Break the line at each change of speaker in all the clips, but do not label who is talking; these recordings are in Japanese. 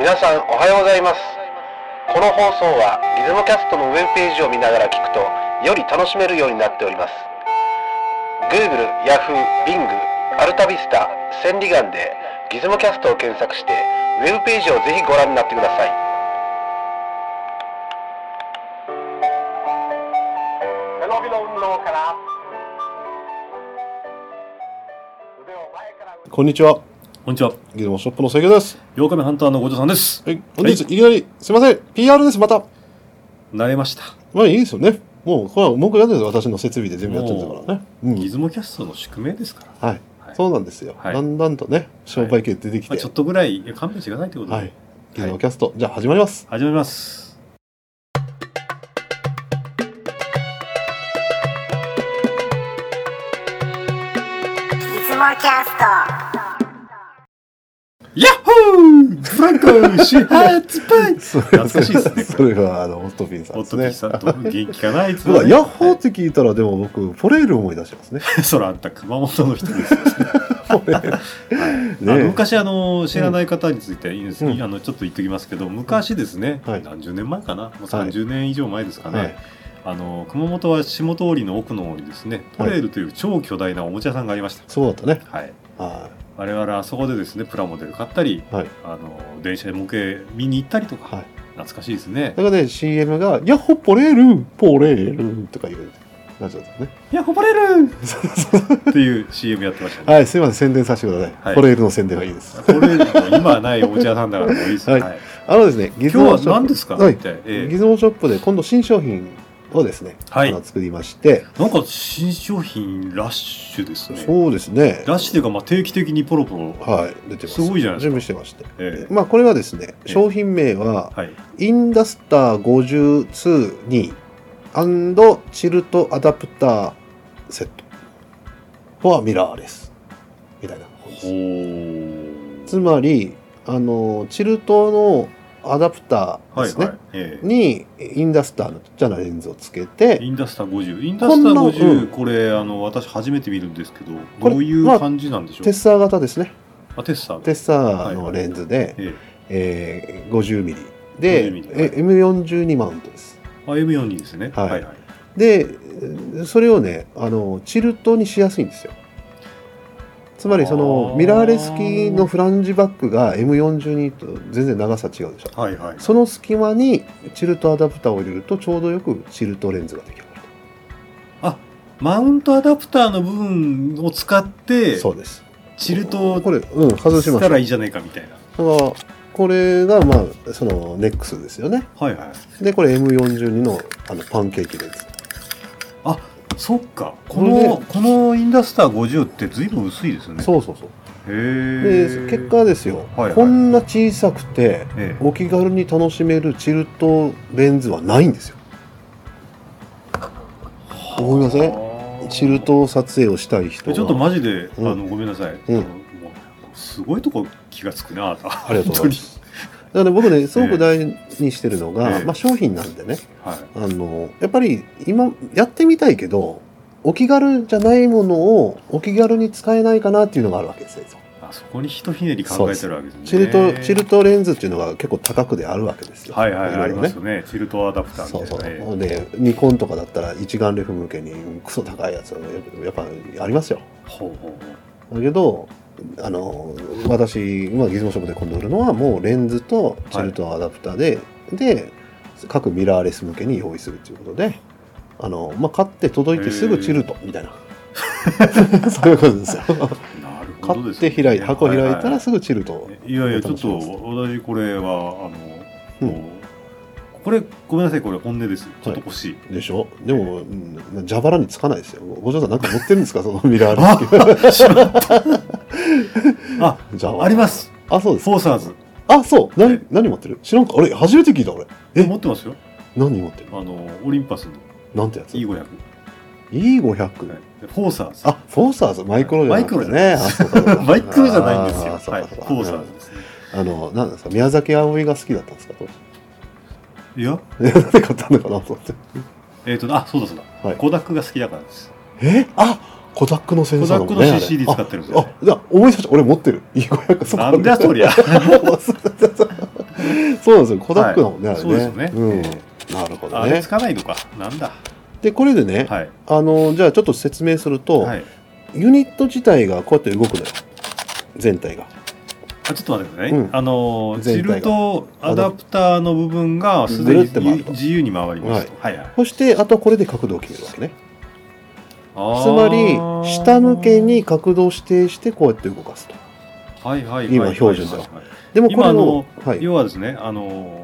皆さんおはようございますこの放送はリズムキャストのウェブページを見ながら聞くとより楽しめるようになっております Google、Yahoo、Bing、アルタビスタ、センリガンでギズムキャストを検索してウェブページをぜひご覧になってください
手伸びの運動から腕を前から
こんにちは。
こんにちは。
ギルモショップの関です。
8日目ハンターの五条さんです。
はい。本日、いきなり、すいません。PR です、また。
慣れました。
まあいいですよね。もう、これは文句言わないです私の設備で全部やってるんだからね。う
ギ
ん。
ズモキャストの宿命ですから。
はい。
はい
そうなんですよ。
はい
だんだんとね、商売系出てき
まあ、
て。
ちょっとぐらいいや勘弁してくださいってことで。
はい。ギルモキャスト、じゃあ始まります。
始めます。
いつもキャスト
ヤッホーブランコ始発パイ
それ
懐かしいです ね
それが、あの、ホットピンさんで
おっ
す
とき
ね。
さんと元気かなあいつ
僕
は
は
ね
ヤッホーって聞いたら、でも僕、ポレール思い出しますね。
はいそらあんた熊本の人ですよ。あの
ね
昔あの知らない方についていいです、
うん
あのちょっと言っておきますけど昔ですね、
はい
何十年前かなもう
はい
30年以上前ですかね、
はい
あの熊本は下通りの奥の方にですねトレールという超巨大なおもちゃ屋さんがありました、
そうだったね。
はい、
は
我々あそこでですねプラモデル買ったり
い。はい。
あの電車で模型見に行ったりとか、
はい
懐かしいですね
だからね、CM が、ヤッホーポレール、ポレールとか言う。なっちゃったね。
「いや誇れる!」っていう CM やってましたね、
はい、すいません、宣伝させてください。
はい
ポレールの宣伝はいいです。
これ今はないおもちゃ屋さんだからもういいです、
は
はいい
あのですね、ギ
今日は何ですか、
はい
一体え
ギズモショップで今度新商品をですね、
はい
あの作りまして、
えなんか新商品ラッシュですね
そうですね、
ラッシュというか、まあ、定期的にポロポロ、
はい、出てます。
すごいじゃないです
準備してまして。
ええ
まあ、これはですね、
え
商品名は、
はい、
インダスター52に、アンドチルトアダプターセット。フォアミラーレス。みたいな。
ほー
つまり、あの、チルトのアダプターですね。
はいはいええ
にインダスターのちっちゃなレンズをつけて
インダスター50インダス
こ
ター
んなうん
50これあの私初めて見るんですけど
これ
どうい
まあ
う感じなんでしょう、
テッサー型ですね
あテッサー
テッサーのレンズで、
ええ
えー、50mm で、
50ミリ
え M42 マウントです
あ M42 ですね。
は
はいい、はい、
でえーそれをねあのチルトにしやすいんですよつまりその
あー
ミラーレス機のフランジバックが M42 と全然長さ違うでしょ
はい、はい。
その隙間にチルトアダプターを入れるとちょうどよくチルトレンズが出来上がる
マウントアダプターの部分を使って、
そうです
チルト
こ
を
れうん外しま
し
したた
らいいじゃないかみたいな。
だからこれがまあそのネックスですよね
はいはい。
でこれ M42 のあのパンケーキレンズ
そっか。こ
これ
の、
ね
このインダスター50って随分薄いですね。
そうそうそう
へえ
で。結果ですよ、
はいはい
こんな小さくて
ええ
お気軽に楽しめるチルトレンズはないんですよ思いませんチル。ト撮影をしたい人
え
は
ちょっとマジで、
うん
あの、ごめんなさい。
うん
あのもうすごいとこ気がつくなあなた。
ありがとうございますだから僕ねすご
え
く
え
大事にしてるのが、
ええ
まあ、商品なんでね
本当に。はい。
あのやっぱり今やってみたいけどお気軽じゃないものをお気軽に使えないかなっていうのがあるわけですよ
あそこにひとひねり考えてるわけですね。
チルト、チルトレンズっていうのが結構高くであるわけですよ。
はいはいはい、あ
ろ
り
ろ
ま
ね
すよね。チルトアダプターみたい
そう
な。
そう
ええ
そう。で、ニコンとかだったら一眼レフ向けにクソ高いやつやっぱありますよ。
ほうほうほう。
だけど、あの、私、まあ、ギズモショップで今度売るのはもうレンズとチルトアダプターで、で、各ミラーレス向けに用意するということで、あの、まあ、買って届いてすぐチルトみたいな。 そういうことですよ。
なるほ
買
どで
っ
すね
て開いて、箱開い
は
た
は
らすぐチルト。
いやいや、ちょっ
お
と
楽しみ
私、これは、あ
う
の、
ん
もうこれ、ごめんなさい、これ、本音です。ちょっと欲しい。
でしょでも、うん蛇腹につかないですよ。ご嬢さんなんか持ってるんですかそのミラーレス
あ
機。
しまったあ
じゃあ
あります、
あ、そうです
フ。ォーサーズ。
あ、そう。
は
何
い、
何持ってる知らんかあれ、初めて聞いた、俺。え
持ってますよ。
何持ってる
あの、オリンパスの
なんてやつ
E500。はい
?E500。
フォーサーズ。
あ、フォーサーズ、マイクロじゃなくてね。あそうかそうか
マイクロじゃないんですよ。
あそうか
はい、フ
そうか
ォーサーズですね。
あの、なんですか、宮崎あおいが好きだったんですか当時
いや、
えなんで買ったのかなと思って。
えっ、と、あ、そうだそうだ。
はい
コダックが好きだからです。
えあコダックのセン
コ
サーだ
ダック
もん
の
ね。あれ
CCD 使ってるんですよ、
あ、じゃあ、思い出した。俺持ってる。E500。そっか
なんだそりゃ。
あそうそうそうそうなんですよコダックだもんね、
はい
あれ
そうですよね
うん、なるほど
あれ
ね
つかないのかなんだ
でこれでね、
はい
あのじゃあちょっと説明すると、
はい
ユニット自体がこうやって動くのよ全体が
あちょっと待ってください、
うん
あのチ
全体が
ルトアダプターの部分がすで
ぐ
に
るって回ると
自由に回りますと、はいはい
そしてあとはこれで角度を決めるわけね
あー
つまり下向けに角度を指定してこうやって動かすと
はいはいはいはい
今標準だ
はいはい
でもこ
今
れ
あ
を
の、
はい、
要はですねあの、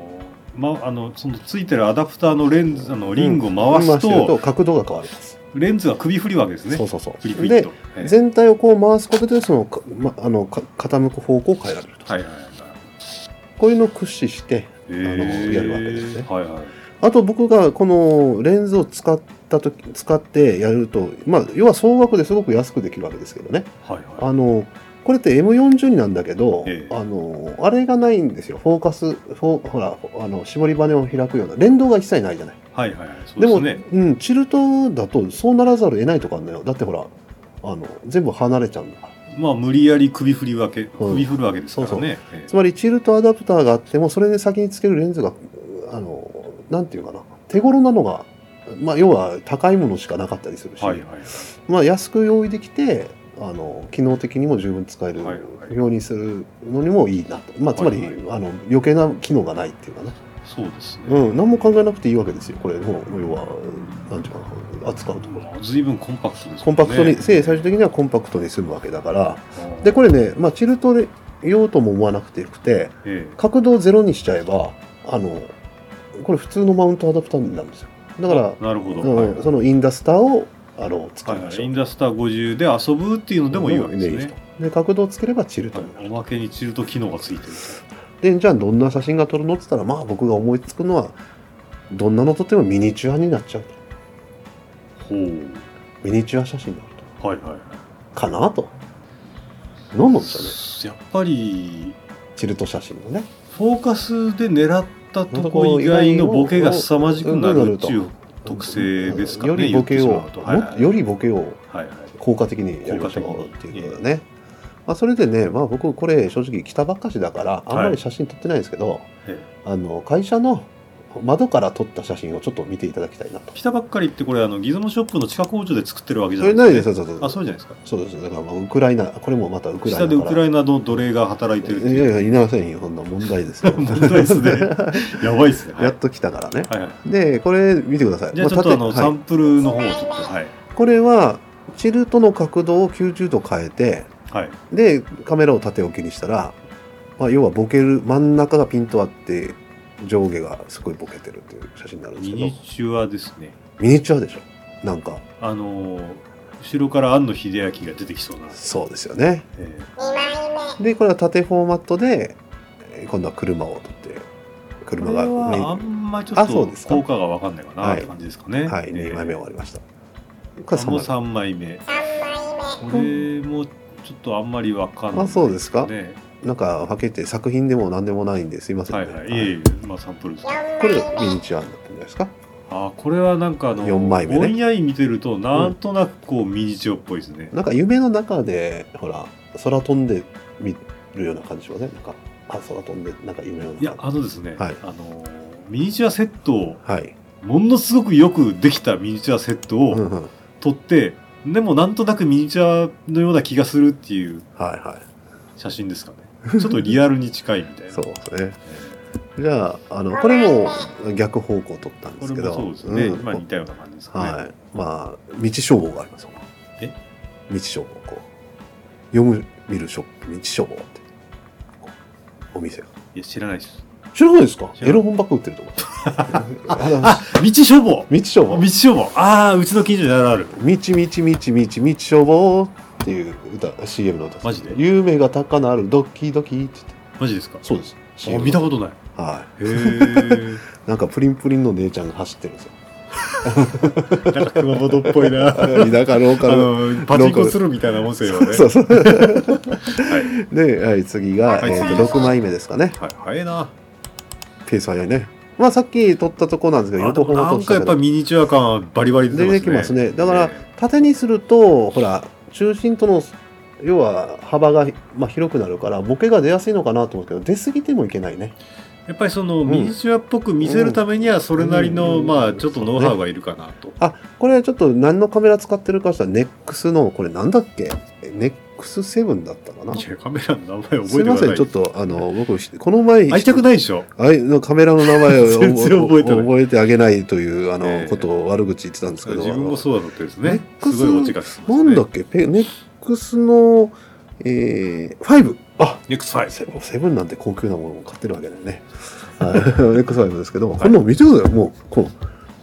ま、あのそのついてるアダプターのレンズあのリングを回す
回してる
と、
角度が変わります、
レンズが首振りわけですね
そうそうそ
クリク
う
リっ
で
とええ
全体をこう回すことでその、かま、あのか傾く方向を変えられると、
はいはいはい
こういうのを駆使して
え
のやるわけですね
はいはい
あと僕がこのレンズを使ったとき使ってやると、まあ、要は総額ですごく安くできるわけですけどね
はいはい
あのこれって M42 なんだけど、
ええ
あのあれがないんですよフォーカスフォーほらあの絞り羽を開くような連動が一切ないじゃない
はいはいはいそ
で
うです
も
ね
うん、チルトだとそうならざるを得ないとかあるんだよだってほらあの全部離れちゃうんだから
まあ無理やり首振りわけ首振るわけですからね、ええ
つまりチルトアダプターがあってもそれで先につけるレンズがあのなんていうかな手頃なのが、まあ、要は高いものしかなかったりするし、
はいはいはい
まあ、安く用意できてあの機能的にも十分使える
はいはい
ようにするのにもいいなと、まあ、つまり、
はいは
あの余計な機能がないっていうかな、
そうですね、
うん、何も考えなくていいわけですよこれもう要はなんていうかな扱うところ。
まあ随分コンパクトです、ね、
コンパクトに、せ
え
最終的にはコンパクトに済むわけだから
え
でこれね、まあ、チルト用とも思わなくてよくて
ええ
角度をゼロにしちゃえばあのこれ普通のマウントアダプターになるんですよだから、
なるほど、
うん
はい
そのインダスターをあの使
はいい
ま
は
し
い、
ょう、
インダスター50で遊ぶっていうのでもいいわけですね、
で角度をつければチルト
はい
になる、
おまけにチルト機能がついてる
でじゃあどんな写真が撮るのって言ったらまあ僕が思いつくのはどんなの撮ってもミニチュアになっちゃうと
ほう
ミニチュア写真になると
はいはい
かなと何なんですかね
やっぱり
チルト写真のね
フォーカスで狙ったとこ以外のボケが凄まじくなるっていう特性ですかね
よりボケを、
言ってしまうとはい
も
は
っ
い
とよりボケを
はいはい
効果的にやりましょうっていうことだね。まあ、それでね、まあ、僕これ正直来たばっかしだからあんまり写真撮ってないんですけど、
え
あの会社の窓から撮った写真をちょっと見ていただきたいなと。
来たばっかりってこれあのギズモショップの地下工場で作ってるわけじ
そ
ゃな
れ
い
ないで
です
す
ね
よ、そうそうそう
あそうじゃないですか
そうですだからまあウクライナこれもまたウクライナ
下でウ
か
ク
ら
ライナの奴隷が働いてるって
い
いう
やいやいなませんよそんな問題ですよ
問題ですねやばいっすねはい
やっと来たからね、
はいはい
でこれ見てください
じゃあち
ま
ょっとあの、
縦
サ
はい
ンプルの方をちょっとはい
これはチルトの角度を90度変えて
はい
でカメラを縦置きにしたら、まあ、要はボケる真ん中がピントあって上下がすごいボケてるっていう写真になるんです
ミ
けど
ニチュアですね
ミニチュアでしょなんか
あのー後ろから庵野秀明が出てきそうな、
そうですよね
えー
2枚目
でこれは縦フォーマットでえー今度は車を撮って車
これ
が
はあ
は、
んまちょ
あ
っ
そう
と
ですか
効果が分かんないかな
はい
って感じですかね。
はい、2枚目終わりましたこれ
もう
3枚
3枚目。こ
3枚目
れもちょっとあんまり分かんない、
あそうですか
ね、
なんかはっきり言って作品でも何でもないんですいません
は
ね、
いはい。いえいえ、まあサンプルです。あ
これ
4枚
がミニチュアになってるんじゃないですか
ーこれはなんかあの、
四枚目ね
ぼんやり見てると、なんとなくこうミニチュアっぽいですね。
なんか夢の中でほら空飛んで見るような感じしませんなんかあ空飛んでなんか夢の中
いや、あのですね、
はい
あのー、ミニチュアセットを、
はい、
ものすごくよくできたミニチュアセットを、
うんうん、はい
撮ってでもなんとなくミニチュアのような気がするっていう
は
写 真ですかねちょっとリアルに近いみたい
い
な
そうですね
え
じゃああのこれも逆方向を取ったん
ー
で
こ
す
れ
けど
もそうですね、
うん
まあ似たような感じですかね、
はいまあ道消防がありますよ
え
道消防こう読む見るショップ道消防ってこうお店が
い、や知らないです
知らないですか
知らない
エロ本ばっか売ってるとこあ
あ道消防
の道消防
道消防ああうちの近所にあるある
みちみちみちみちみち消防っていう歌 CM の歌す
マジで
夢が高なるドキドキって言って
マジですか
そうです
あ見た
こ
ことない
とは
へえ
いなんかプリンプリンの姉ちゃんが走ってるんですよ
なんか熊本っ ぽ い
田
なあ
舎ローカル
のパチンコするみたいな音声よね
そうそう
はい、
で、はい、次が、
はい
えー
次
と6枚目ですかね
はい、早いな
ペース早いねまあさっき撮ったとこなんですけど
あ
横
でも
浜
な
撮
ん
っ
かや
た
っ
け
ぱ
ど
ミニチュア感バリバリ出てますね
出てきますねだから
ええ
縦にするとほら中心との要は幅が、まあ、広くなるからボケが出やすいのかなと思うけど出過ぎてもいけないね
やっぱりその
ん
ミニチュアっぽく見せるためにはそれなりの、
うん
まあちょっとノウハウがいるかなと、
あこれちょっと何のカメラ使ってるかしたらネックスのこれなんだっけネックス7だったかない
やカメラの名前覚えて
すい
くだ
ま
さい
せんちょっとあの僕しこの前
会いた くないでしょ
あいのカメラの名前を
全然覚えてない
覚えてあげないというあの、
ええ
ことを悪口言ってたんですけ
自
ど
分もそうだったですね
ネック
す
ス
ごいオチが進
あのなんだっけペネックスの、えー、5あ
ネックス5
セブンセブンなんて高級なものを買ってるわけだよね。はい、X5 ですけど、この見てください、もう、こ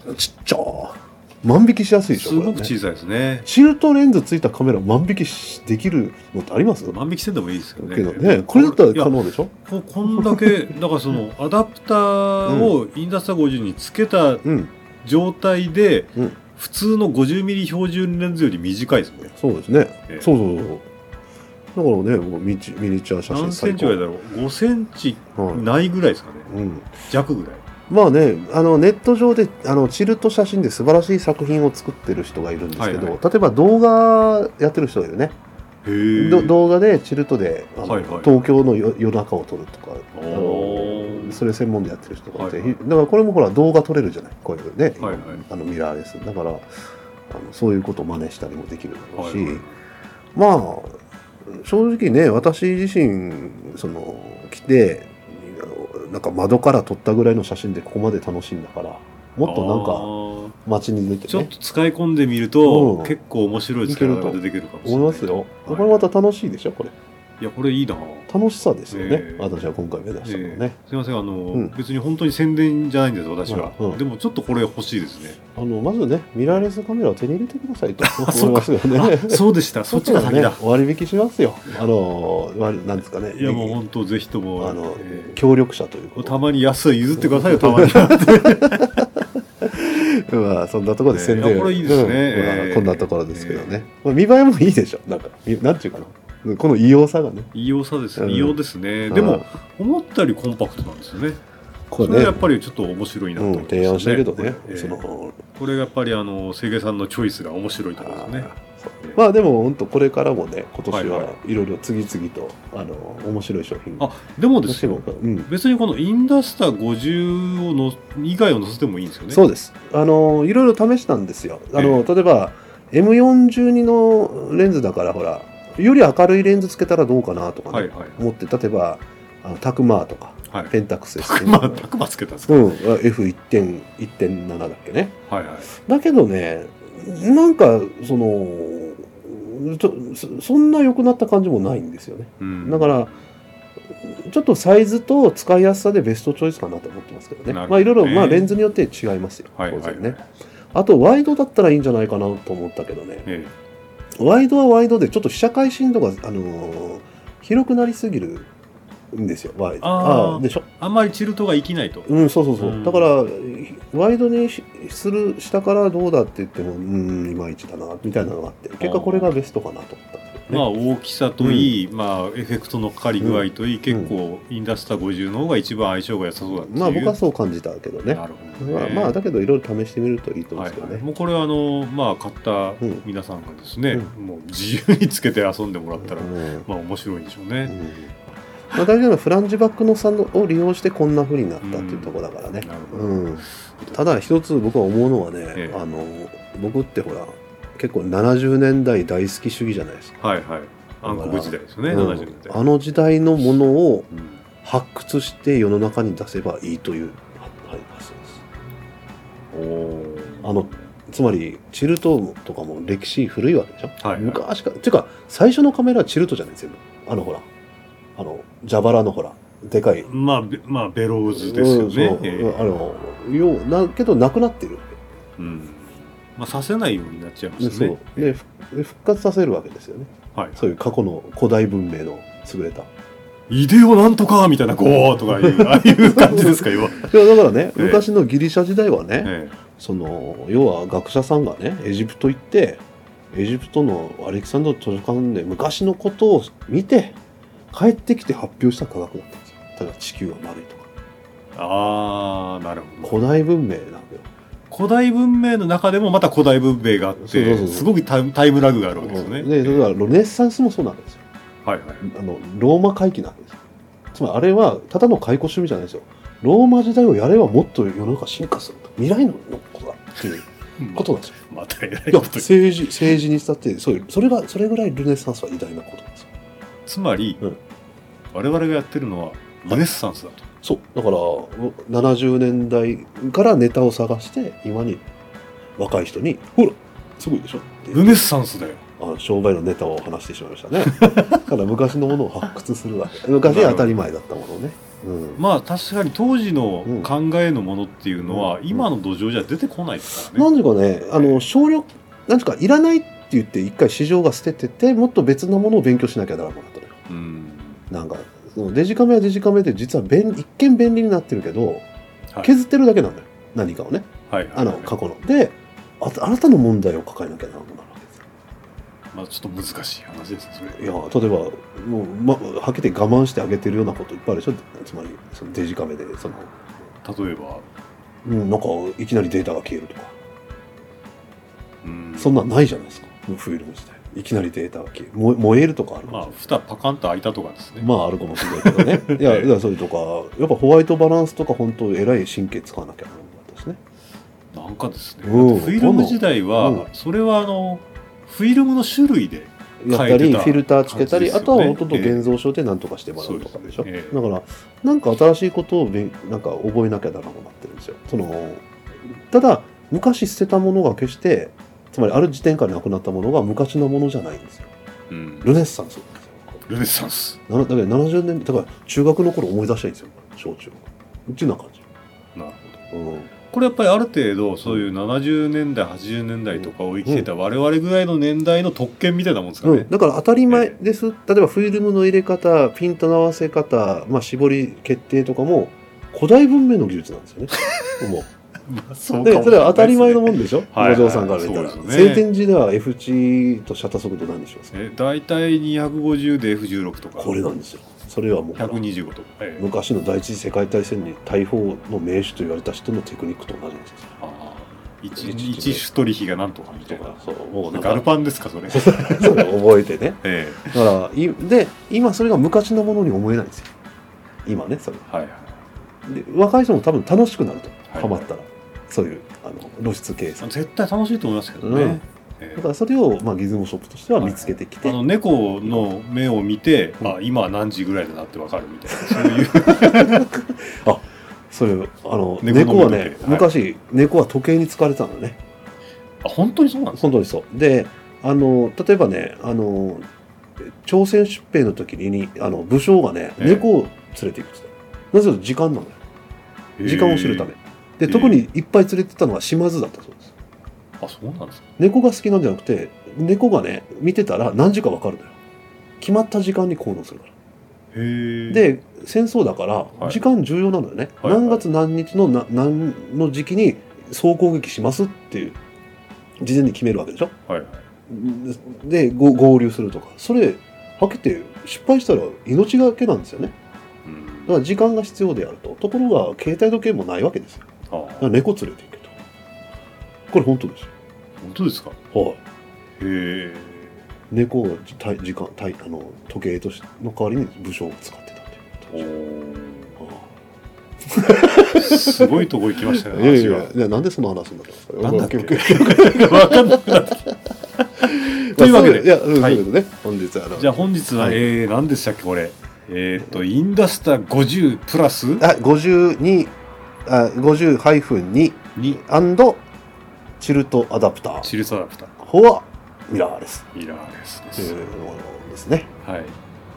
の、ちっちゃー。万引きしやすいでしょ、
すご
こ
く
れね
小さいですね
チルトレンズついたカメラ万引きしできるのってあります
万引きせんでもいいですよね
けどね、これだったら可
いや
能でしょ
ここんだけだからそのアダプターをインダスタ50につけ
う
た
ん、
状態で、
うん
普通の 50mm 標準レンズより短いですもんね
そうですね。
ええ
そうそうそう。だからね、もうミニチミニチュア写真
何センチぐらいだろう5センチ
はい
ないぐらいですか
う
ね
ん、
弱ぐらい
まあね、あのネット上であのチルト写真で素晴らしい作品を作ってる人がいるんですけど、
はいは
例えば動画やってる人がいるね、
へえ
ど動画でチルトであの、
はいはい
東京の夜夜中を撮るとかあの
おー
それ専門でやってる人がいて、
はいはい
ひだからこれもほら動画撮れるじゃないこういうね、
はいはい
あのミラーレスだからあのそういうことを真似したりもできるだろうし、
はいはい
まあ正直ね私自身その来てなんか窓から撮ったぐらいの写真でここまで楽しいんだからもっとなんか
となんか
街に出てね
ちょっと使い込んでみると、
うん
結構面白い使い方が出てくるかもしれない
思いますよ、
はい
これまた楽しいでしょこれ
いやこれいいな
楽しさですよね、
ええ
私は今回目指したのはね、
ええすいませんあの、
ん
別に本当に宣伝じゃないんです私は、
うんうん
でもちょっとこれ欲しいですね
あのまずねミラーレスカメラを手に入れてくださ いと
そ
思
う
い
か
ますよね
あそうでしたそっちが先
ね
だ、
割引しますよあの割なんですかね
いやもう本当ぜひとも
あの
ええ
協力者ということ
たまに安い譲ってくださいよたまに
まあそんなところで宣
い
伝
やこれいいですね
うん
ええ
まあこんなところですけどね、まあ、見栄えもいいでしょなんかみなんていうかなこの異様さがね
異様さです
うん
ね異様ですね、で
うん
も思ったよりコンパクトなんですよね
こ
そ
れ
れ
ね
やっぱりちょっと面白いなと
う
思い
ん、
ま
提案し
すね
たけどね、
ええ
その
これがやっぱりあの清家さんのチョイスが面白いところですね
あーそうまあでも本当これからもね今年
はいは
はいろいろ次々とあの面白い商品
あでもで
も
す
しも
よ
うん
別にこのインダスタ50をの以外を載せてもいいんですよね
そうですあのいろいろ試したんですよあの、例えば M42 のレンズだからほらより明るいレンズつけたらどうかなとかね、
はいはい
思って例えばあのタクマーとか
はい
ペンタックスですけど
まあタクマつけたんですか、
うん、F1.7 だっけね
はいはい
だけどねなんかそのちょそそんな良くなった感じもないんですよね
うん
だからちょっとサイズと使いやすさでベストチョイスかなと思ってますけどね
なる
まあ
ほどね
いろいろ、まあ、レンズによって違いますよ、
はいはい
当然ねあとワイドだったらいいんじゃないかなと思ったけどね
え
ワイドはワイドでちょっと被写界深度が、あのー広くなりすぎるんですよワイド
あー
ーでしょ
えあんまりチルトが生きないと
うんそうそうそう、
うん
だからワイドにしする下からどうだって言ってもうんいまいちだなみたいなのがあって結果これがベストかなと思ったんですよね
まあ大きさといい、まあエフェクトのかかり具合といい、結構インダスタ50の方が一番相性が良さそうだっていう
まあ僕はそう感じたけどね
なるほど
まあ
ね、
まあだけどいろいろ試してみるといいと思うん
は
ですけど
い
ね、
はい、もうこれはあのまあ買った皆さんがですね、
う
もう自由につけて遊んでもらったら、
うん
まあ面白いんでしょうね、
まあ、大事なフランジバックの差を利用してこんな風になったっていうところだからね、
なるほど、
うんただ一つ僕は思うのはね、
ええ
あの僕ってほら結構70年代大好き主義じゃないですか、
はいはい暗黒時代ですよね、
うん
70年代
あの時代のものを
うん
発掘して世の中に出せばいいというはい発想ですあのつまりチルトとかも歴史古いわけでしょ、
はいはい
昔からていうか最初のカメラはチルトじゃない全部あのほらあの蛇腹のほらでかい
まあべまあベローズですよね、
うんそう
ええ
あのようだけどなくなってるわ
うんまあさせないようになっちゃいま
けで,、
すよ
そ
ね
うでふで復活させるわけですよね
はい
そういう過去の古代文明の優れた
イデオなんとかみたいな、こうと かいう、ああいう感じですか、要は。
いやだからね、
ええ
昔のギリシャ時代はね、
え
その要は学者さんがねエジプト行ってエジプトのアレキサンドル図書館で昔のことを見て帰ってきて発表した科学だったんですよ例えば地球は丸いとか
えああ、なるほど。
古代文明なんだよ
古代文明の中でもまた古代文明があっ
そうそうそ
て、
う
すごくタイムタイムラグがあるわけですよね。
でそれからルネッサンスもそうなんですよ
はいはい。
あのローマ回帰なわけですよつまりあれはただの回顧趣味じゃないですよローマ時代をやればもっと世の中進化すると未来のことだっていうことなんですよ。
また
い
偉い
や
こと言う
政治政治にしたってそういうそれがそれぐらいルネサンスは偉大なことなんですよ。
つまり、
うん
我々がやってるのはルネッサンスだと、
そうだから70年代からネタを探して今に若い人に「ほらすごいでしょ」っていう
ルネッサンスだよ
あの商売のネタを話してしまいましたね。 だから昔のものを発掘するわけ昔は当たり前だったものをね。うん
まあ確かに当時の
うん
考えのものっていうのは、
うん
今の土壌じゃ出てこないですから
な
ね、
んでかね、あの少量、なんていうか、いらないって言って、一回市場が捨ててて、もっと別のものを勉強しなきゃならなかったのよ。
うん
なんか、そのデジカメはデジカメで、実は便一見便利になってるけど、
はい
削ってるだけなんだよ、何かをね、
はいはい
あの
はい
過去の。で、あ新たな問題を抱えなきゃならなくなるわけですよ
まあ、ちょっと難しい話ですねそれ
いや例えばもう、ま、はっきり言って我慢してあげてるようなこといっぱいあるでしょつまりそのデジカメでその、
例えば、
うん、なんかいきなりデータが消えるとか
うん
そんなんないじゃないですかもうフィルム自体いきなりデータが消え燃え燃えるとかある
まあ蓋パカンと開いたとかですね、
まああるかもしれないけどね。い や、いやそれとか、やっぱホワイトバランスとか本当偉い神経使わなきゃならなかったですね。
なんかですね、
うん
だってフィルム時代は、
うん
それはあのフィルムの種類で
やった
変えて
り、
た
フィルターつけたり、あ
感じですよね
とは音と現像書で何とかしてもらうとかでしょ。
そうですねええ
だから、なんか新しいことを勉なんか覚えなきゃならなくなってるんですよ。そのただ、昔捨てたものが決して、つまりある時点からなくなったものが昔のものじゃないんですよ。
うん
ルネッサンスなんですよ。
ルネッサンス
なだから70年、だから中学の頃思い出したいんですよ、小中。うちな感じ。
なるほど
うん
これやっぱりある程度そういう70年代80年代とかを生きてた我々ぐらいの年代の特権みたいなもんですか
う
ね
ん、、だから当たり前です、例えばフィルムの入れ方ピントの合わせ方、まあ、絞り決定とかも古代文明の技術なんですよねも
まあそうう
で
かも
それは当たり前のもんでしょ
はい
五条さんから見たら、
そうですよね
晴天時では F 値とシャッター速度何でしょうか
え大体250で F16 とか
これなんですよそれはもうほら
125とか、ええ
昔の第一次世界大戦に大砲の名手と言われた人のテクニックと同じなんですよ
ああ一一種取引がなんとかみ
と
たい
か
な
そうもうなん
ガル
か
パンですかそれ、
それ覚えてね
ええ
だからいで今それが昔のものに思えないんですよ今ねそれ
はいはい
で若い人も多分楽しくなると
はい
ハマったら、そういうあの露出計算
絶対楽しいと思いますけどね、
うん
ええ
だからそれを、まあ、ギズモショップとしては見つけてきて、
あの猫の目を見て、
うん
あ今は何時ぐらいだなってわかるみたいなそうい う
そういうあの
猫の
猫はね、
時計はい
昔猫は時計に疲れてたのね
あ本当にそうなんですか
本当にそうであの例えばねあの朝鮮出兵の時にあの武将がね
ええ
猫を連れていくって言ってたなぜなら時間なのよ時間を知るため、で
ええ
特にいっぱい連れてったのは島津だったそうです
あそうなんですか
猫が好きなんじゃなくて猫がね見てたら何時か分かるのよ決まった時間に行動するから
へえ
で戦争だから
はい
時間重要なんだよね、
はいはい
何月何日のな何の時期に総攻撃しますっていう事前に決めるわけでしょ
はいはい
でご合流するとかそれはけて失敗したら命がけなんですよね
うん
だから時間が必要であるとところが携帯時計もないわけですよだ
ああ
から猫連れて行けとこれ本当です
本当ですかへ
よはい
え
猫をた時間たいあの時計としての代わりに武将を使ってたって
お
いう
ー
こと
すごいとこ行きました
あ
ね
あいやい
話が
やいやなんでその話になったんですか
なんだっけ
よくよくよ
分かんなくなった
く
というわけで
いや、うん
はい
そういうことね本日はあの
じゃあ本日は、
はい
えー、何でしたっけこれえー、っとインダスタ50プラス
あ52あ50ハイフン2
に
アンドチルトアダプター
チルサダプタ
フォアミラーレス
ミラーレスで
と
す、
いうものですね
はい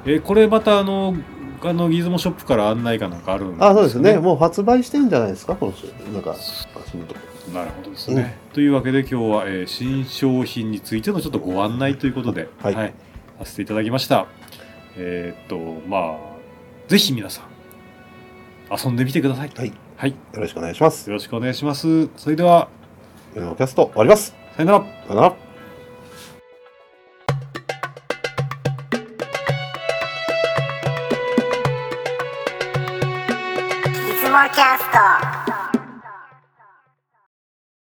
えー、これまたあのあのギズモショップから案内かなんかあるんですか
あそうですねもう発売してんじゃないですかこの人なんかそのとこ
なるほどですね。というわけで今日は、えー新商品についてのちょっとご案内ということで、
はい
させていただきました。えーっとまあぜひ皆さん遊んでみてください。
はい、
はい、よ
よろしくお願いします
ろしくお願いします。それでは
今のキャスト終わります
さよなら。
さよなら
いつもキャスト